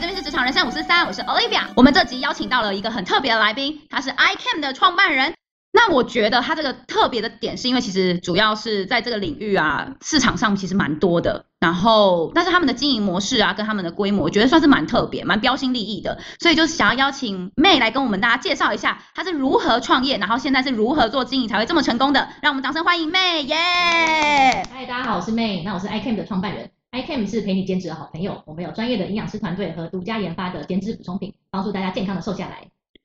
看五四三，我是 Olivia。我们这集邀请到了一个很特别的来宾，他是 iCam 的创办人。那我觉得他这个特别的点，是因为其实主要是在这个领域啊，市场上其实蛮多的。然后，但是他们的经营模式啊，跟他们的规模，我觉得算是蛮特别、蛮标新立异的。所以就是想要邀请妹来跟我们大家介绍一下，她是如何创业，然后现在是如何做经营才会这么成功的。让我们掌声欢迎妹，耶、嗨，大家好，我是 May，那我是 iCam 的创办人。iCam 是陪你减脂的好朋友，我们有专业的营养师团队和独家研发的减脂补充品，帮助大家健康的瘦下 来。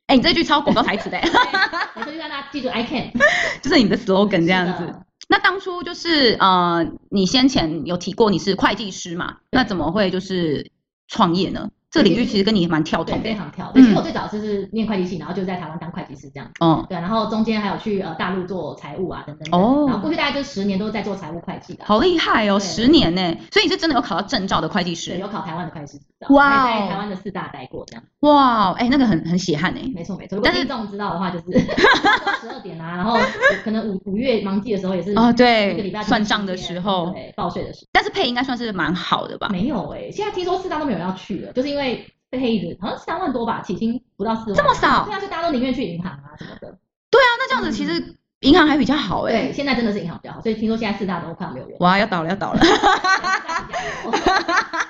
哎、你这句超广告台词的、 我就让大家记住 iCam 就是你的 slogan 这样是子。的那当初就是呃，你先前有提过你是会计师嘛？那怎么会就是创业呢？这个领域其实跟你也蛮跳对，动非的。常跳。嗯其实我最早就是念会计系，然后就在台湾当会计师这样。哦，对，然后中间还有去呃大陆做财务啊等等等。哦然后过去大概就十年都在做财务会计的。好厉害哦，对十年呢！所以你是真的有考到证照的会计对，师？有考台湾的会计师执照，哇哦还在台湾的四大待过这样。哇，哎、那个很很血汗哎。没错没错，如果但是听众知道的话，就是 十二点啊，然后可能五五月忙季的时候也是哦，一个礼对拜，算账的时候，对，报税的时但是配应该算是蛮好的吧候？没有哎、现在听说四大都没有人要去了，就是因为被黑子好像三万多吧，起薪不到四万，这么少对啊，就大家都宁愿去银行啊什么的。啊，那这样子其实银行还比较好哎嗯对，。现在真的是银行比较好，所以听说现在四大都快要没有 人。哇，要倒了要倒了。哎、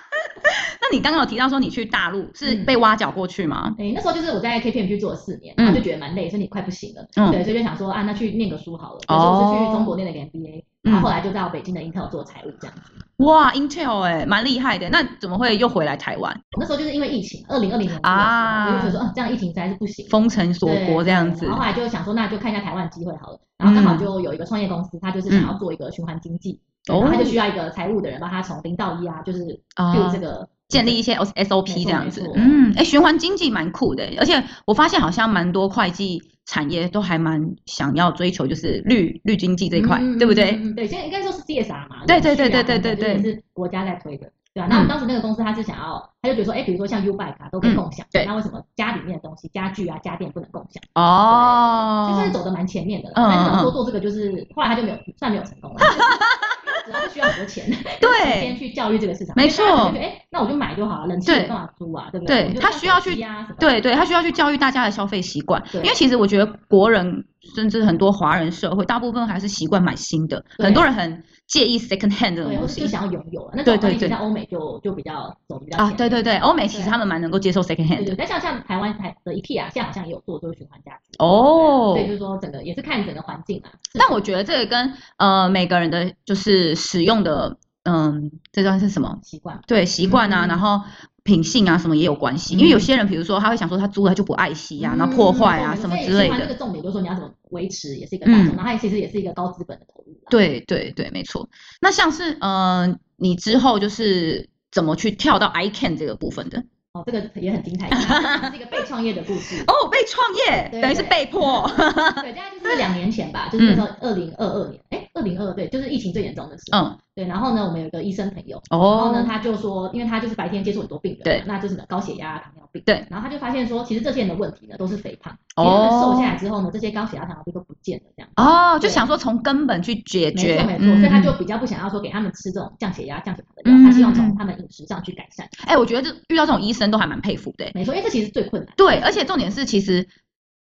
那你刚刚有提到说你去大陆是嗯被挖角过去吗？那时候就是我在 KPM 去做了四年，嗯然后就觉得蛮累，身体快不行了，嗯对，所以就想说啊，那去念个书好了。哦可是我是去中国念了个 MBA，、嗯然后后来就到北京的 Intel 做财务这样子。哇，Intel 哎、蛮厉害的。那怎么会又回来台湾？那时候就是因为疫情，二零二零年的时候啊我就觉得说，啊，这样疫情实在是不行，封城锁对国这样子嗯然后后来就想说，那就看一下台湾的机会好了。然后刚好就有一个创业公司，他就是想要做一个循环经济，哦然后他就需要一个财务的人帮他从零到一啊，就是就啊这，个建立一些 S S O 没 P 错这样子没错，嗯，哎、循环经济蛮酷的，而且我发现好像蛮多会计产业都还蛮想要追求就是绿绿经济这一块，嗯对不对？嗯嗯嗯对，现在应该说是 CSR 嘛，对对对永续啊对对对对等等这也是国家在推的。对啊，那嗯我们当时那个公司他是想要，他就觉得说，哎，比如说像 U Bike 啊都可以共享，对那为什么家里面的东西，家具啊、家电不能共享？哦，就是走的蛮前面的啦。嗯但是想嗯说做这个，就是后来他就没有 算没有成功了，主要是需要很多钱， 对先去教育这个市场。没错哎，那我就买就好了，冷气对有办法租啊，对不对我就他看需要手机去啊什么的对对，他需要去教育大家的消费习惯，因对为其实我觉得国人甚至很多华人社会，大部分还是习惯买新的，对很多人很介意 second hand 这种对，我东就西。想要拥有啊。嗯那对种对东西对在欧美就就比较走得比较啊，前对对面对，欧美其实对他们蛮能够接受 second 对 hand 的对，但像像台湾台的 IKEA 现在好像也有做这个循环家具，哦。对，就是说整个也是看整个环境啊。是但我觉得这个跟呃每个人的就是使用的嗯，这段是什么？习惯嘛，对习惯啊，嗯然后品性啊什么也有关系。因为有些人，比如说他会想说他租了他就不爱惜啊，然后破坏啊嗯什么所以之类循环这的。个重点就是说你要怎么维持，也是一个大众，嗯然后它其实也是一个高资本的投入啊啦。对对对，没错。那像是呃你之后就是怎么去跳到 I can 这个部分的？哦，这个也很 精彩，这是一个被创业的故事。哦，被创业对等于是对被 迫。对，大概就是两年前吧，就是那时候二零二二年，哎、2二零二对，就是疫情最严重的时候。嗯，对，然后呢，我们有一个医生朋友，然后呢，哦，他就说，因为他就是白天接触很多病人嘛，对那就是什么高血压啊、糖尿病，对，然后他就发现说，其实这些人的问题呢都是肥胖，其实他们哦瘦下来之后呢，这些高血压、糖尿病都不见了，这样。哦，就对想说从根本去解没决错，没错，嗯所以他就嗯比较不想要说给他们吃这种降血压、降血糖的嗯药，他希望嗯嗯从他们饮食上去改善。哎、我觉得这遇到这种医生都还蛮佩服的欸、没错，因为这其实最困难。对，而且重点是，其实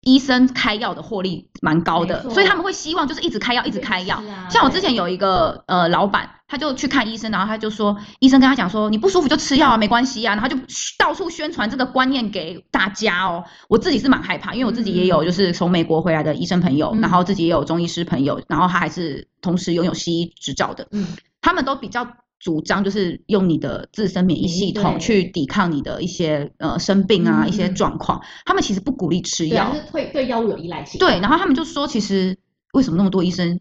医生开药的获利蛮高的没，错所以他们会希望就是一直开药，一直开药。是啊像我之对前有一个呃老板，他就去看医生，然后他就说，医生跟他讲说，你不舒服就吃药啊，没关系啊，然后就到处宣传这个观念给大家哦。我自己是蛮害怕，因为我自己也有就是从美国回来的医生朋友，嗯然后自己也有中医师朋友，然后他还是同时拥有西医执照的，嗯，他们都比较主张就是用你的自身免疫系统对去抵抗你的一些呃生病啊、嗯一些嗯状况，他们其实不鼓励吃对啊，药就，是会对药物有依赖性。对，然后他们就说，其实为什么那么多医生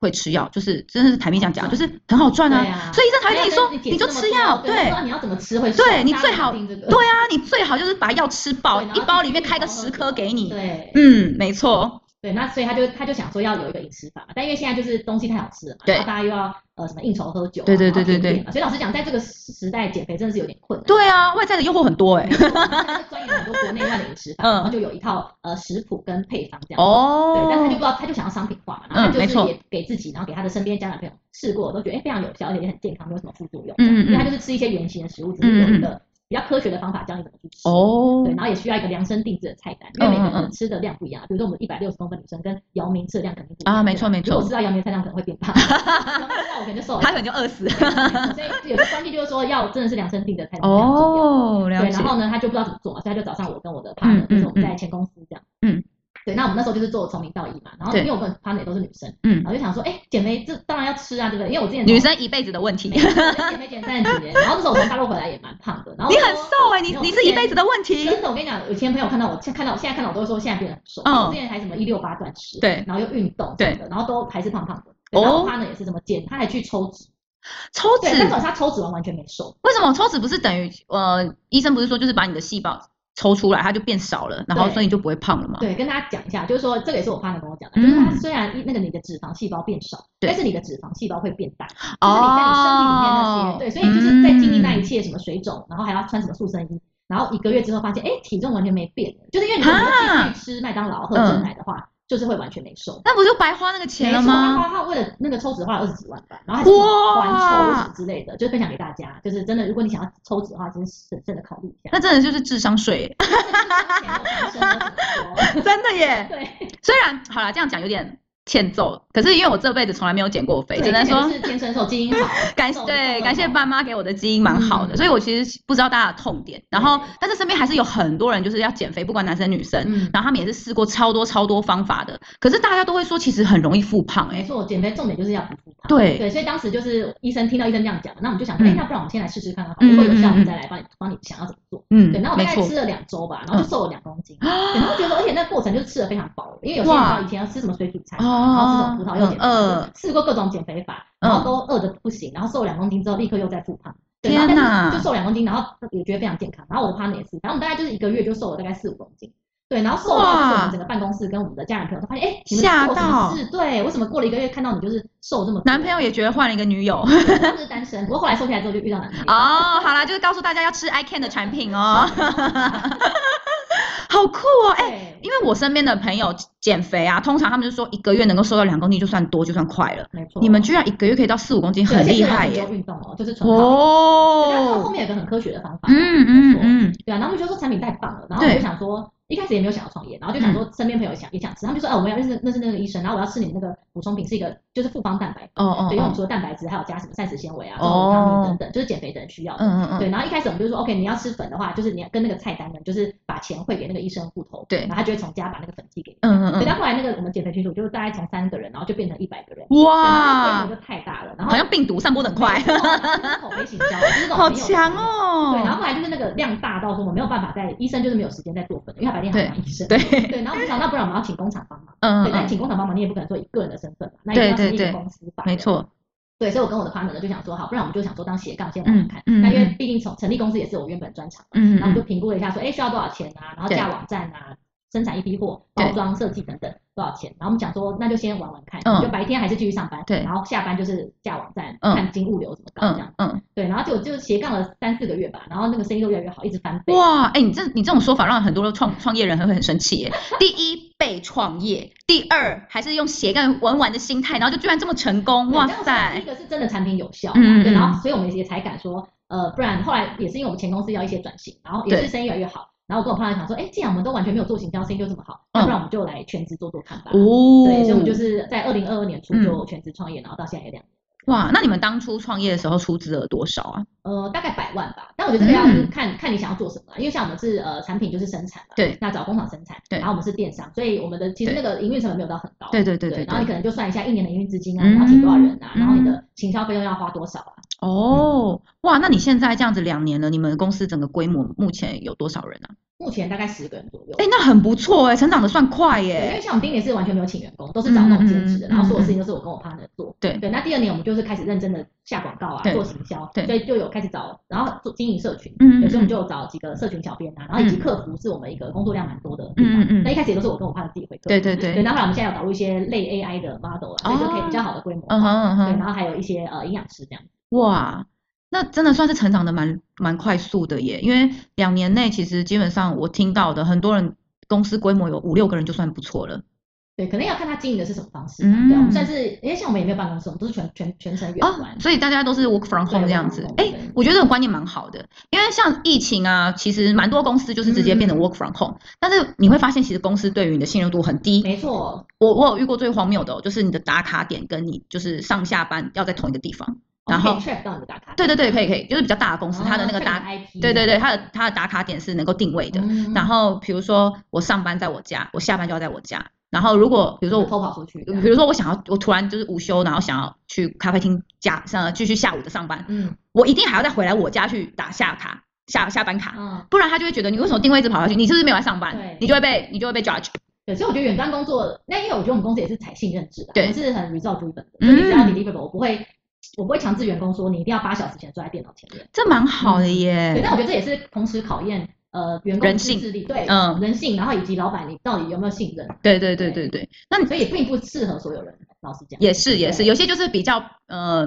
会吃药，就是真的是台面上讲，就是很好赚对啊，啊，所以医生才会跟你说没有你就吃药，对， 他说你要怎么吃会瘦对你大家最都好定这个对啊，你最好就是把药吃饱，对然一后包自己里面去开个调和十颗自己给你，对嗯，没错，对，那所以他就他就想说要有一个饮食法嘛，但因为现在就是东西太好吃了嘛，对然后大家又要呃什么应酬喝酒啊、对对然后对对甜对点啊所以老实讲，在这个时时代减肥真的是有点困难。对啊，外在的诱惑很多 哎、没错，他就钻研很多国内外的饮食法，嗯然后就有一套呃食谱跟配方这样。对，但他就不哦知，道，他就想要商品化嘛，然后嗯没他就是错也给自己，然后给他的身边家长朋友试过，都觉得哎、非常有效，而且也很健康，没有什么副作用。嗯嗯因为嗯他就是吃一些原型的食物，只是有一个比较科学的方法教你怎么去吃。哦对，然后也需要一个量身定制的菜单，因为每个嗯人嗯可能吃的量不一样。比如说我们一百六十公分女生跟姚明吃的量肯定不一样。啊，没错没如果错吃，到姚明的菜单可能会变 胖，那我可能就瘦了他。可能就饿死。所以有些关键就是说要真的是量身定的菜单。哦，了 对，解然。后呢，他就不知道怎么做嘛，所以他就找上我跟我的 partner，、嗯就是我嗯们在前公司这样。嗯。对，那我们那时候就是做从零到一嘛，然后对因为我跟 partner 也都是女生，嗯然，后就想说，哎、减肥这当然要吃啊，对不对？因为我之前从女生一辈子的问题。 没你有我减肥减三十几年，然后那时候我从大陆回来也蛮胖的，然后我很说瘦哎，你没有你是一辈子的问题。真的，我跟你讲，有些朋友看到我，现看到我现在看到我都会说现在变得很瘦。嗯我之前还什么一六八断食，对然后又运动什么的，然后都还是胖胖的。对哦然后他呢也是这么减，他还去抽脂，抽对，脂但是他抽脂完完全没瘦，为什么抽脂不是等于呃，医生不是说就是把你的细胞抽出来，它就变少了，然后对所以你就不会胖了吗？对，跟大家讲一下，就是说这个也是我 partner 跟我讲的，嗯就是它虽然一那个你的脂肪细胞变少，对哦但是你的脂肪细胞会变大，就是你在你身体里面那些，对，所以就是在经历嗯那一切什么水肿，然后还要穿什么塑身衣，然后一个月之后发现，哎，体重完全没变，就是因为你如果啊继续吃麦当劳喝真奶的话，就是会完全没瘦。那不就白花那个钱没了错，吗？他他为了那个抽脂花了二十几万吧，然后还是什么哇环抽脂之类的，就是分享给大家，就是真的，如果你想要抽脂的话，就是审慎的考虑一 下。那真的就是智商 税，那钱我男生都怎么说真的耶！对，虽然好啦，这样讲有点欠揍，可是因为我这辈子从来没有减过肥，对只能而说，且就是天生瘦，基因好感瘦对感谢。爸妈给我的基因蛮好的，嗯所以我其实不知道大家的痛点。然后对，但是身边还是有很多人就是要减肥，不管男生女生，嗯，然后他们也是试过超多超多方法的，可是大家都会说其实很容易复胖哎、没错，减肥重点就是要不复胖。对对，所以当时就是医生听到医生这样讲，那我们就想说，哎、嗯那不然我们先来试试看看好了，嗯如果有效，嗯我们嗯再来帮你帮你想要怎么做。嗯对，然后，我没大概错嗯吃，了两周吧，然后就瘦了两公斤，对然后觉得，而且那过程就是吃的非常饱，因为有些人哇知道以前要吃什么水煮菜，哦然后这种葡萄又减肥，嗯就试过各种减肥法，嗯然后都饿的不行，然后瘦两公斤之后立刻又再复胖。对，天然后哪但是就瘦两公斤，然后也觉得非常健康。然后我的 partner 也是，然后我们大概就是一个月就瘦了大概四五公斤。对，然后瘦到就是我哇们整个办公室跟我们的家人朋友都发现，哎，你们吓做什么到事？对，为什么过了一个月看到你就是瘦这么多？男朋友也觉得换了一个女 友。对当时单身，不过后来瘦下来之后就遇到男朋友。哦，好啦，就是告诉大家要吃 I Can 的产品哦， 好酷哦，哎、对，因为我身边的朋友减肥啊，通常他们就说一个月能够瘦到两公斤就算多，就算快了。没错。你们居然一个月可以到四五公斤，哦对而很且厉是完害全耶不！用运动哦，就是纯靠但是后哦，面有个很科学的方法，嗯没嗯错嗯，对啊，然后我们就说产品太棒了，然后我对嗯就想说，一开始也没有想要创业，然后就想说身边朋友想也想吃，他们就说，哦，我们要认识认识那个医生，然后我要吃你们那个补充品，是一个就是复方蛋白，哦哦对，因为我们哦，除了蛋白质，还有加什么膳食纤维啊、哦这种维他命等等，就是减肥的人需要的。嗯嗯对，嗯，然后一开始我们就说，OK，你要吃粉的话，就是你要跟那个菜单呢，就是把钱汇给那个医生户头，对然后他就会从家把那个粉寄给你。嗯嗯对，嗯，但后来那个我们减肥群组就是大概从三个人，然后就变成一百个人，对然后哇那个规模，就太大了，然后好像病毒散播的很快，就是 口碑行销，就是那种好朋友强的对，然哦！后后来就是那个量大到说我没有办法在医生就是没有时间再做粉了，因为他白天还要当医生。对，然后我们想，那不然我们要请工厂帮忙。嗯对，嗯但嗯，请工厂帮忙，你也不可能说以个人的身份嘛，那一定对要是一对对个公司法人没。错，对，所以我跟我的 partner 呢就想说，好，不然我们就想说当斜杠先玩玩嗯看。嗯那因为嗯毕竟从成立公司也是我原本专长嘛，嗯然后我们就嗯，评估了一下，说，哎，需要多少钱啊？然后架对网站啊，生产一批货，对包装设计等等多少钱？然后我们想说，那就先玩玩看，嗯就白天还是继续上班，对然后下班就是架网站，嗯看金物流怎么搞这样嗯。嗯，对，然后就就斜杠了三四个月吧，然后那个生意都越来越好，一直翻倍。哇，哎，你这你这种说法让很多的创创业人很会很生气 耶。第一被创业，第二还是用斜杠玩玩的心态，然后就居然这么成功，对哇这样算塞一！个是真的产品有效嘛，嗯嗯对，然后嗯所以我们也才敢说，呃，不然后来也是因为我们前公司要一些转型，然后也对是生意越来越好，然后我跟我朋友想说，哎，既然我们都完全没有做行销，生意就这么好，那嗯不然我们就来全职做做看吧。哦嗯对，所以我们就是在二零二二年初就全职创业，然后到现在也两年，哇，那你们当初创业的时候出资额多少啊？呃，大概百万吧。但我觉得这个要是嗯看看你想要做什么啊，因为像我们是呃产品就是生产嘛，对，那找工厂生产，对然后我们是电商，所以我们的其实那个营运成本没有到很高，对对对哦对对然后你对，可能就算一下一年的营运资金啊，嗯你要请多少人啊，嗯然后你的行销费用要花多少啊？哦，哇，那你现在这样子两年了，你们公司整个规模目前有多少人啊？目前大概十个人左右。哎，那很不错哎，成长的算快对，因为耶。像我们第一年是完全没有请员工，都是找那种兼职嗯的，嗯嗯然后所有事情都是我跟我 partner 做。对对，那第二年我们就是开始认真的下广告啊，对做行销，对所以就有开始找，然后做经营社群，嗯嗯对，所嗯以我们就有找几个社群小编啊，然后以及嗯客服是我们一个工作量蛮多的地嗯方。嗯嗯那一开始也都是我跟我 partner 自己回客服。对对对，对，那后来我们现在有导入一些类 AI 的 model 啊，所以就可以比较好的规模化。嗯哼嗯对，哼，然后还有一些呃营养师这样。哇，那真的算是成长的蛮蛮快速的耶。因为两年内其实基本上我听到的很多人公司规模有五六个人就算不错了。对，可能要看他经营的是什么方式。嗯对，我们算是，因为像我们也没有办公室，我们都是全全全程远哦端，。所以大家都是 work from 对 home ，work 这样子 from。哎、 home，对我觉得这种观念蛮好的，因为像疫情啊，其实蛮多公司就是直接变成嗯 work from home，、但是你会发现，其实公司对于你的信任度很低。没错，我我有遇过最荒谬的、哦，就是你的打卡点跟你就是上下班要在同一个地方，然后我们可以 track 到你的打卡。对对对，可以可以，就是比较大的公哦，司，它的那个 track 打，你的对 IP。对对，它的它的打卡点是能够定位的。嗯然后比如说我上班在我家，我下班就要在我家。然后如果比如说我偷跑出去这样比如说我想要，我突然就是午休，然后想要去咖啡厅加上继续下午的上班，嗯我一定还要再回来我家去打下卡下下班卡，嗯，不然他就会觉得你为什么定位一直跑下去，你是不是没有来上班对，你就会被你就会被 judge。对，所以我觉得远端工作，那因为我觉得我们公司也是采信任制的，对我们是很 result driven 的，嗯所以你只要 deliverable，我不会，我不会强制员工说你一定要八小时前坐在电脑前面。这蛮好的对，耶，但我觉得这也是同时考验呃员工人的性自制力，对，嗯人性，然后以及老板你到底有没有信任，对对对对对，那你所以也并不适合所有人，老实讲。也是也是，对有些就是比较呃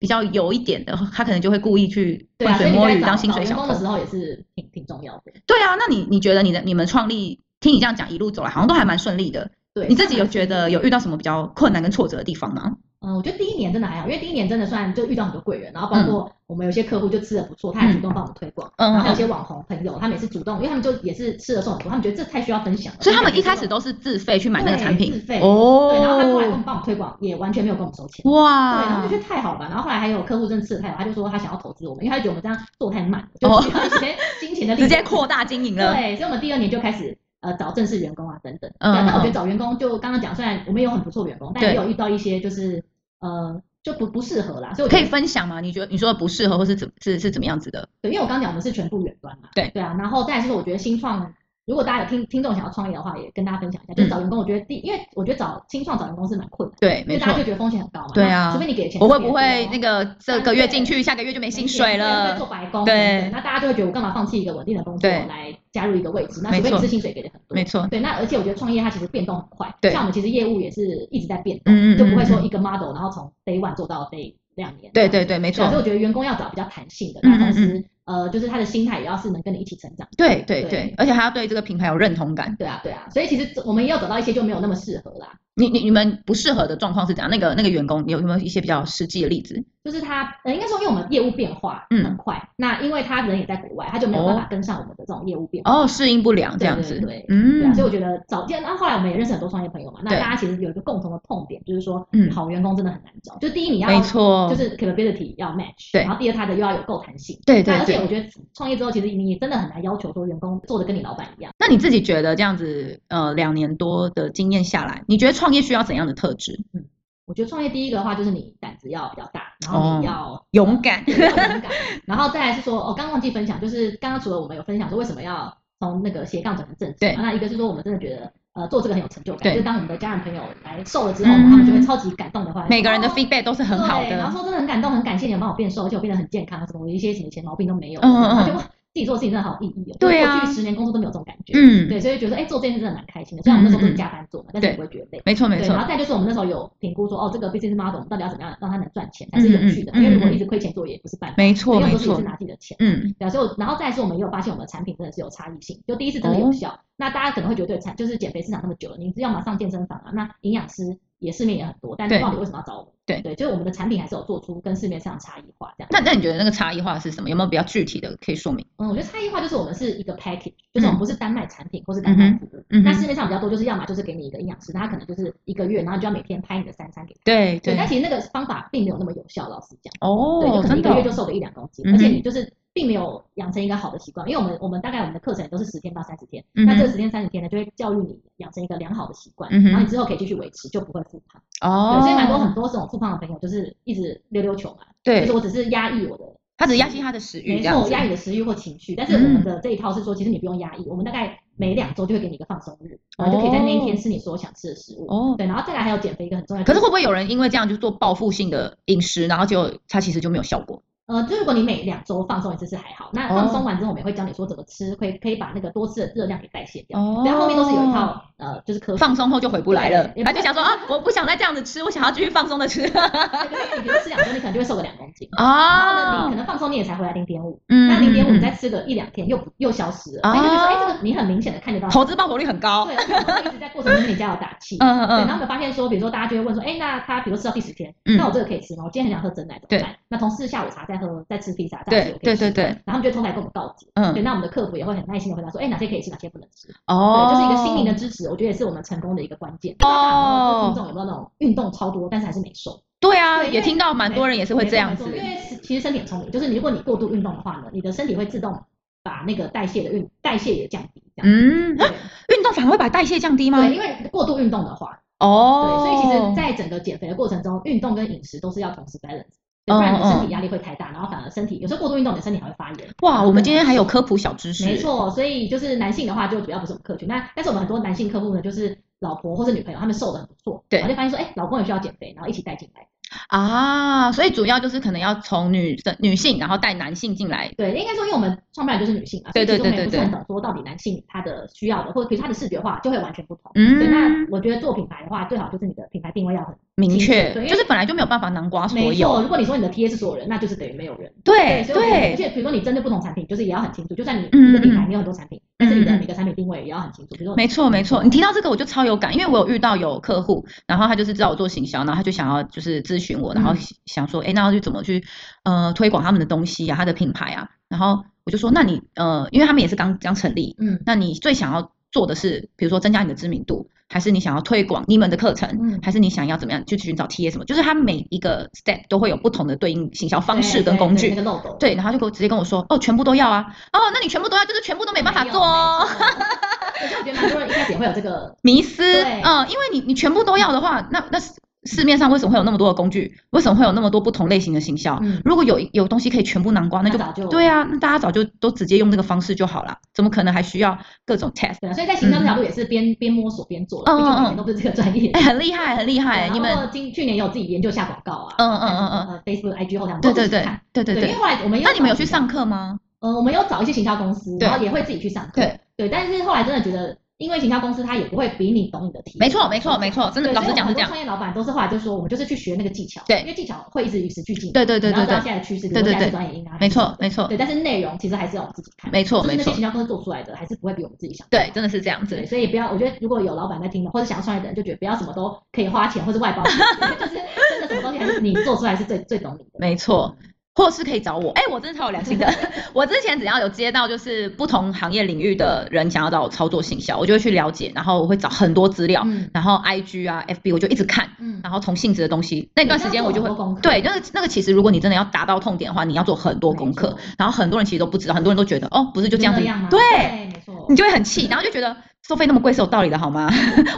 比较油一点的，他可能就会故意去对浑啊，所水以你摸在鱼找当薪找水员小工偷的。时候也是挺挺重要的。对啊，那你你觉得你的你们创立，听你这样讲一路走来，好像都还蛮顺利的。对，你自己有觉得有遇到什么比较困难跟挫折的地方吗？嗯，我觉得第一年真的还好，因为第一年真的算就遇到很多贵人，然后包括我们有些客户就吃的不错，他也主动帮我们推广，嗯然后还有嗯些网红朋友，他们也是主动，因为他们就也是吃的送很多，他们觉得这太需要分享了，所以他们一开始都是自费去买那个对产品自费哦，对，然后他后来跟我们帮我们推广，也完全没有跟我们收钱。对，然后哇就觉，得太好了吧，然后后来还有客户真的吃的太好，他就说他想要投资我们，因为他觉得我们这样做太慢了，哦就是需要一些金钱的力直量接扩大经营了，对，所以我们第二年就开始呃找正式员工啊等等。嗯对，但我嗯觉得找员工就刚刚讲，虽然我们有很不错的员工，但也对有遇到一些就是呃就不不适合啦，所以我可觉以得分享吗？你觉得你说的不适合，或是怎是是怎么样子的？对，因为我刚刚讲我们是全部远端嘛，对对啊，然后再来就是我觉得新创。如果大家有听听众想要创业的话，也跟大家分嗯享一下，就是找员工，我觉得第，因为我觉得找新创找员工是蛮困难对，的，因没为大家错就。觉得风险很高嘛。对啊那除非你给钱特我别多，会不会那个这个月进去，下个月就没哦没薪钱水啊对会了做？白工，对对，那大家就会觉得我干嘛放弃一个稳定的工作对来加入一个位置？那没除非你错是薪水给的很多，没错，对，那而且我觉得创业它其实变动很快，对像我们其实业务也是一直在变动，嗯嗯嗯就不会说一个 model 然后从 day one 做到 day 两年，对对对，没对啊，所以错，我觉得员工要找比较弹性的，嗯那嗯同时呃，就是他的心态也要是能跟你一起成长，对对对对，而且还要对这个品牌有认同感。对啊对啊，所以其实我们也有找到一些就没有那么适合啦，你你你们不适合的状况是怎样？那个那个员工，你有有没有一些比较实际的例子？就是他呃，应该说因为我们业务变化嗯很快，那因为他人也在国外，他就没有办法跟上我们的这种业务变化。哦，适应不良这样子，对对对对啊，嗯所以，我觉得早见，那后来我们也认识很多创业朋友嘛，那对大家其实有一个共同的痛点，就是说，嗯好员工真的很难找。就第一，你要没错，就是 capability 要 match，哦对然后第二，它的又要有够弹性。对那对而且对我。觉得创业之后，其实你真的很难要求说员工做的跟你老板一样。那你自己觉得这样子，呃，两年多的经验下来，你觉得创业需要怎样的特质？我觉得创业第一个的话，就是你胆子要比较大，然后你哦要勇 敢对要勇敢，然后再来是说，哦，刚忘记分享，就是刚刚除了我们有分享说为什么要从那个斜杠转成正职对嘛，那一个是说我们真的觉得。呃，做这个很有成就感，对就是当我们的家人朋友来受了之后，嗯他们就会超级感动的话，每个人的哦 feedback 都是很好对然的，后说真的很感动，很感谢你们帮我变瘦，而且我变得很健康，什么我一些什么以前毛病都没有，嗯嗯嗯然后就哇，自己做事情真的好有意义哦。对啊就是过去十年工作都没有这种感觉，嗯，对，所以觉得哎、做这件事真的蛮开心的。虽然我们那时候都是加班做嘛，但是对也不会觉得累。没错没对，错然，后再就是我们那时候有评估说，哦，这个 business model 我们到底要怎么样让它能赚钱才是有趣嗯的？嗯嗯因为如果嗯嗯一直亏钱做也不是办法，没错因为没我们都错是，拿自己的钱。嗯，对啊，所以我然后再来是我们也有发现，我们的产品真的是有差异性。就第一次真的有效，哦那大家可能会觉得对产就是减肥市场那么久了，你是要么上健身房啊，那营养师也市面也很多，但对是到底为什么要找我们？对对，就是我们的产品还是有做出跟市面上差异化这样。那那你觉得那个差异化是什么？有没有比较具体的可以说明？嗯，我觉得差异化就是我们是一个 package，就是我们不是单卖产品或是单嗯卖哼服务。嗯那哼，市面上比较多，就是要么就是给你一个营养师，那他可能就是一个月，然后你就要每天拍你的三餐给他。对对，对但，其实那个方法并没有那么有效，老实讲。对，就哦，可真能一的个月哦，就瘦个一两公斤，嗯哼而且你就是并没有养成一个好的习惯，因为我们我们大概我们的课程都是十天到三十天，嗯那这哼，十天三十天呢，就会教育你养成一个良好的习惯，嗯哼然后你之后可以继续维持，就不会复胖。哦对，，所以蛮多很多这种复胖的朋友，就是一直溜溜球嘛，就对是，我只是压抑我的，他只压抑他的食欲没这样错，子，压抑你的食欲或情绪，但嗯是我们的这一套是说，其实你不用压抑，我们大概每两周就会给你一个放松日，然后就可以在那一天吃你所想吃的食物。哦对，然后再来还有减肥一个很重要的，可是会不会有人因为这样就做报复性的饮食，然后就他其实就没有效果？呃，就如果你每两周放松一次是还好，那哦放松完之后，我们也会教你说怎么吃，可以可以把那个多吃的热量给代谢掉。哦对，它后面都是有一套呃，就是可放松后就回不来了，对他就想说啊，我不想再这样子吃，我想要继续放松的 吃。对对对，你觉得吃两周你可能就会瘦个两公斤，然后呢，你哦可，能放松你也才回来零点五，嗯那零点五你嗯再吃个一两天又不又消失了，哦所以就觉得说，哎，这个你很明显的看得到嗯，投资报酬率很高。对，而且我们会一直在过程中跟你加油打气。嗯对，然嗯后我们发现说，比如说大家就会问说，哎，那他比如说吃到第十天，嗯那我这个可以吃吗？我今天很想喝真奶，怎么办？那同事下午茶再喝，再吃披萨，这样子对对我可以吃对。对，然后他们就通常跟我们告知，对，嗯，那我们的客服也会很耐心的回答说，哎，哪些可以吃，哪些不能吃，哦，对，就是一个心灵的支持，我觉得也是我们成功的一个关键。不知道大哦哦家有没有这听众有没有那种运动超多，但是还是没瘦？对啊，对因为也听到蛮多人也是会这样子没错，没错因为是其实身体很聪明，就是你如果你过度运动的话呢，你的身体会自动把那个代谢的运代谢也降低，这样。嗯，对运动反而会把代谢降低吗？对，因为过度运动的话，对，哦，所以其实，在整个减肥的过程中，运动跟饮食都是要同时 balance，对不嗯然你的身体压力会太大，然后反而身体有时候过度运动，你的身体还会发炎。哇，我们今天还有科普小知识，没，错，所以就是男性的话，就主要不是我们客群。那但是我们很多男性客户呢，就是老婆或是女朋友，他们瘦的很不错，对然后就发现说，哎，老公也需要减肥，然后一起带进来。啊，所以主要就是可能要从女生女性，然后带男性进来，对，应该说，因为我们创办人就是女性嘛，所以对其对实我们对也不对是很懂说到底男性他的需要的，或者比如他的视觉化就会完全不同。对，那嗯，我觉得做品牌的话，最好就是你的品牌定位要很明确对因，为就是本来就没有办法囊括所没错。有，如果你说你的 TA 是所有人，那就是等于没有人。对所以我觉得而对，且比如说你针对不同产品，就是也要很清楚。就算你嗯你的品嗯牌你有很多产品，但是你嗯的嗯每个产品定位也要很清楚。比如说，没错没错，你提到这个我就超有感，因为我有遇到有客户，然后他就是知道我做行销，然后他就想要就是咨询我，然后嗯想说，哎，那要去怎么去呃推广他们的东西啊，他的品牌啊，然后我就说，那你呃，因为他们也是刚刚成立，嗯那你最想要做的是，比如说增加你的知名度，还是你想要推广你们的课程，嗯还是你想要怎么样去寻找 TA 什么？就是它每一个 step 都会有不同的对应行销方式跟工具。对对对那个漏斗，对，然后就给我直接跟我说，哦，全部都要啊，哦，那你全部都要，就是全部都没办法做哦哦，。没错可是我觉得蛮多人一开始也会有这个，迷思，对嗯，因为你你全部都要的话，那那市市面上为什么会有那么多的工具？为什么会有那么多不同类型的行销？嗯，如果有有东西可以全部囊括，那就早就对啊，那大家早就都直接用这个方式就好了，怎么可能还需要各种 test？对啊，所以在行销这条路也是边边摸索边做啦，嗯毕竟我们嗯嗯都不是这个专业哎、。很厉害，很厉害，对你然们，后今去年有自己研究下广告啊，嗯嗯嗯嗯呃，Facebook、IG 后台我们对都对自己对看对对对因为对。后来我们有那你们有找去上课吗？呃，我们有找一些行销公司，对然后也会自己去上课，对对，但是后来真的觉得，因为行销公司它也不会比你懂你的题，没错，没错，没错，真对。的，老所实以讲我是这们很多样。创业老板都是后来就说，我们就是去学那个技巧，对因为技巧会一直与时俱进，对对对你对要知道对，现在趋势，比对如对说现对在是专业应啊，没错，没错，对，但是内容其实还是要我们自己嗯看，没错，就是没那些错行，销公司做出来的还是不会比我们自己想的对，真的是这样对，子。所以不要，我觉得如果有老板在听的，或者想要创业的人，就觉得不要什么都可以花钱或是外包钱， 就是真的什么东西还是你做出来是最最懂你的。没错，或是可以找我，哎、我真的超有良 心的。我之前只要有接到就是不同行业领域的人想要找我操作行销，我就会去了解，然后我会找很多资料，嗯然后 IG 啊、FB 我就一直看，嗯，然后同性质的东西，那段时间我就会你要做很多功课对，那个那个其实如果你真的要达到痛点的话，你要做很多功没课错，然后很多人其实都不知道，很多人都觉得哦，不是就这样子，那吗对，嗯对，没错你。就会很气，然后就觉得收费那么贵是有道理的好吗？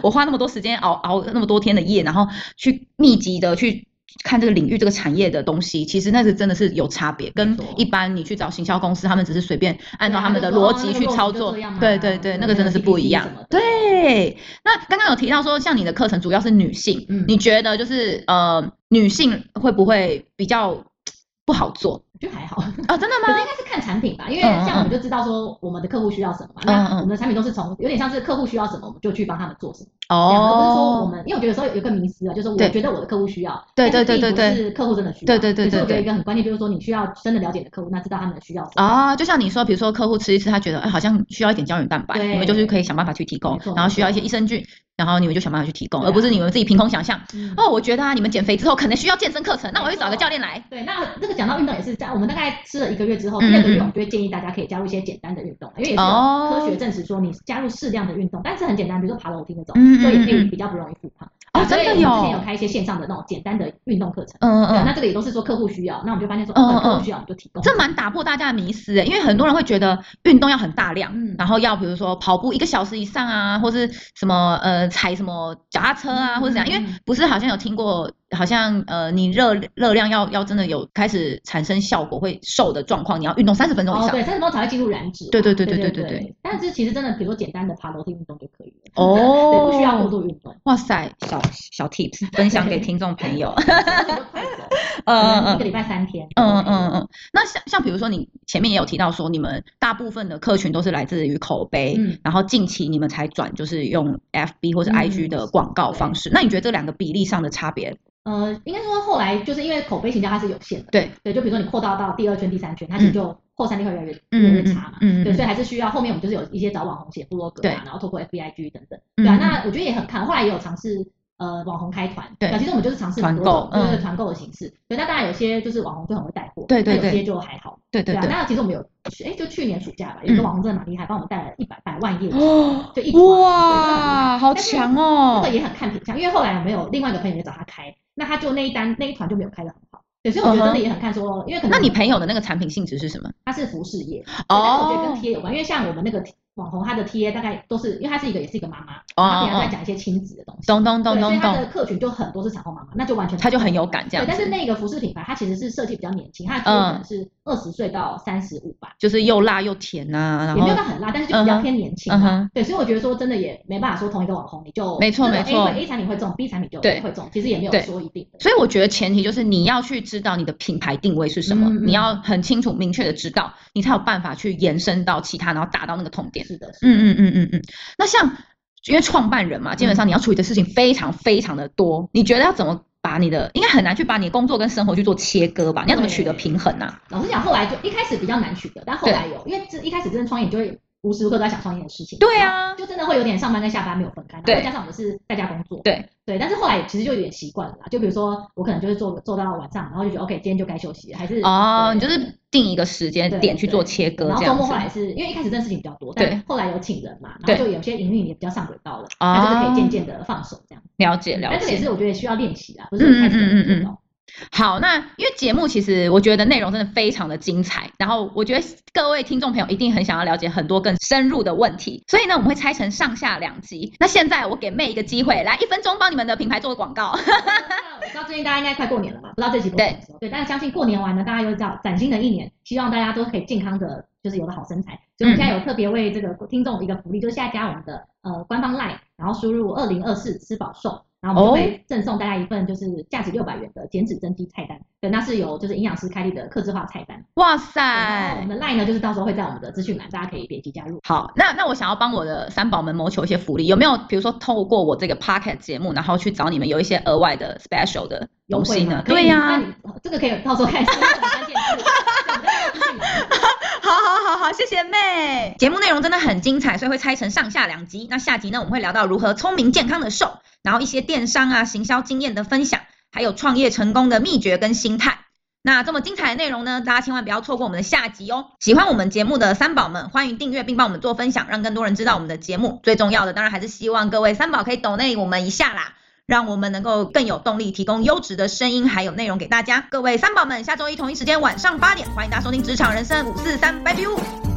我花那么多时间熬熬那么多天的夜，然后去密集的去看这个领域这个产业的东西，其实那是真的是有差别，跟没错一般你去找行销公司，他们只是随便按照对啊他们的就说逻哦辑那个去肉操就作这样，对啊对对，对那个真的是不一样那个。PPT 对，那刚刚有提到说，像你的课程主要是女性，嗯你觉得就是呃，女性会不会比较不好做我觉得还好，可啊？真的是吗应？该是看产品吧，因为嗯嗯像我们就知道说我们的客户需要什么嘛，嗯嗯那我们的产品都是从有点像是客户需要什么，我们就去帮他们做什么，这样而不是说我哦，们，因为我觉得有时候有一个迷思啊，就是我对觉得我的客户需要，对但是对对并对不对是客户真的需要，对对对所以对我觉得对一个很关键就是说你需要真的了解你的客户，那知道他们的需要什么，啊、就像你说，比如说客户吃一吃，他觉得哎好像需要一点胶原蛋白，对你们就是可以想办法去提供没，错然后没需要一些错益生菌，然后你们就想办法去提供，对而不是啊你们自己凭空想象。嗯哦，我觉得啊，你们减肥之后可能需要健身课程，那我没去找个错教练来。对，那这个讲到运动也是这样，我们大概吃了一个月之后，嗯第二个月嗯我们就会建议大家可以加入一些简单的运动，因为也是哦有科学证实说你加入适量的运动，但是很简单，比如说爬楼梯那种，嗯嗯就也可嗯以嗯比较不容易复胖。哦啊所真以的我们有之前有开一些线上的那种简单的运动课程，嗯对，嗯那嗯，这个也都是说客户需要，那我们就发现说，嗯嗯哦，客户需要我们就提供。这蛮打破大家的迷思诶，欸因为很多人会觉得运动要很大量，嗯然后要比如说跑步一个小时以上啊，或是什么呃踩什么脚踏车啊，或者怎样，因为嗯不是好像有听过，好像呃你热热量要要真的有开始产生效果会瘦的状况，你要运动三十分钟以哦，上。对，三十分钟才会进入燃脂嘛。对对对对对对对对对。但是其实真的，比如说简单的爬楼梯运动就可以了。哦对，不需要过度运动。 哇塞，小小 tips 分享给听众朋友。而且就快走可嗯能一嗯个礼拜三天。嗯嗯嗯，那像像比如说你前面也有提到说，你们大部分的客群都是来自于口碑，嗯然后近期你们才转就是用 FB 或者嗯 IG 的广告方式，那你觉得这两个比例上的差别？呃，应该说后来就是因为口碑行销它是有限的，对对，就比如说你扩大到第二圈、第三圈，它其实嗯就后三天会越来越越来嗯越嗯差嘛。嗯对，嗯所以还是需要后面我们就是有一些找网红写部落格对啊，然后透过 FBIG 等等，嗯对啊嗯。那我觉得也很看，后来也有尝试呃网红开团，对啊其实我们就是尝试团很多购种就是嗯团购的形式。对，那当然有些就是网红就很会带货，对对那有对些就还好，对对啊。对，那其实我们有哎，就去年暑假吧，有一个嗯网红真的蛮厉害，帮我们带了一百百万业绩，哦就一团哇，好但是强这哦啊个！也很看品相，因为后来我们有另外一个朋友也找他开，那他就那一单那一团就没有开的很好。对，所以我觉得真的也很看说，因为可能嗯那你朋友的那个产品性质是什么？他是服饰业，但是我觉得跟哦贴有关，因为像我们那个网红，他的贴大概都是，因为他是一个也是一个妈妈，哦然后平常在哦，讲一些亲子的东西，懂懂懂对，所以懂他的懂，客群就很多是产后妈妈，那就完全他就很有感这对，样但是子，嗯那个服饰品牌，它其实是设计比较年轻，它的贴可能是二十岁到三十五吧，就是又辣又甜呐，然也没有后到很辣，但是就比较偏年轻嗯嘛。哼，对，所以我觉得说真的也没办法说同一个网红你就没错这种没错 A 会 A 产品会中，B 产品就对会中，其实也没有对说一定的。所以我觉得前提就是你要去知道你的品牌定位是什么，嗯嗯你要很清楚明确的知道，你才有办法去延伸到其他，然后达到那个痛点。是的，是的嗯嗯嗯嗯嗯。那像因为创办人嘛，基本上你要处理的事情非常非常的多，你觉得要怎么把你的应该很难去把你的工作跟生活去做切割吧？你要怎么取得平衡啊呢、老实讲，后来就一开始比较难取得，但后来有，因为这一开始真的创业，你就会无时无刻都在想创业的事情。对啊，就真的会有点上班跟下班没有分开，然对后加上我们是在家工作，对对，但是后来其实就有点习惯了啦。就比如说我可能就是做做到晚上，然后就觉得 OK，今天就该休息了，还是哦，对你就是定一个时间点去做切割然这后周样末子后。来是因为一开始真的事情比较多，对但后来有请人嘛，然对后就有些营运也比较上轨道了，哦那就是可以渐渐的放手这样。了解了但这个也解。是我觉得需要练习啦，不是一开始就能嗯做嗯嗯嗯到。好，那因为节目其实我觉得内容真的非常的精彩，然后我觉得各位听众朋友一定很想要了解很多更深入的问题，所以呢我们会拆成上下两集。那现在我给妹一个机会，来一分钟帮你们的品牌做广告。 那我知道最近大家应该快过年了嘛，不知道这期播出的时候，对，但是相信过年完呢，大家又知道崭新的一年，希望大家都可以健康的，就是有个好身材。所以我们现嗯在有特别为这个听众一个福利，就是下加我们的呃官方 LINE，然后输入二零二四吃饱瘦，然后我哦们就会赠送大家一份就是价值六百元的减脂增肌菜单，对，那是由就是营养师开立的客制化菜单。哇然后我塞！们的 LINE 呢，就是到时候会在我们的资讯栏，大家可以点击加入。好，那那我想要帮我的三宝们谋求一些福利，有没有比如说透过我这个 Pocket 节目，然后去找你们有一些额外的 special 的优东惠西吗呢？？可以对呀、那你哦这个可以到时候看一下关键字，对我们在资讯栏。 好好好好，谢谢妹。节目内容真的很精彩，所以会拆成上下两集。那下集呢，我们会聊到如何聪明健康的瘦，然后一些电商啊、行销经验的分享，还有创业成功的秘诀跟心态。那这么精彩的内容呢，大家千万不要错过我们的下集哦！喜欢我们节目的三宝们，欢迎订阅并帮我们做分享，让更多人知道我们的节目。最重要的，当然还是希望各位三宝可以抖内我们一下啦，让我们能够更有动力，提供优质的声音还有内容给大家。各位三宝们，下周一同一时间晚上八点，欢迎大家收听《职场人生五四三》，拜拜。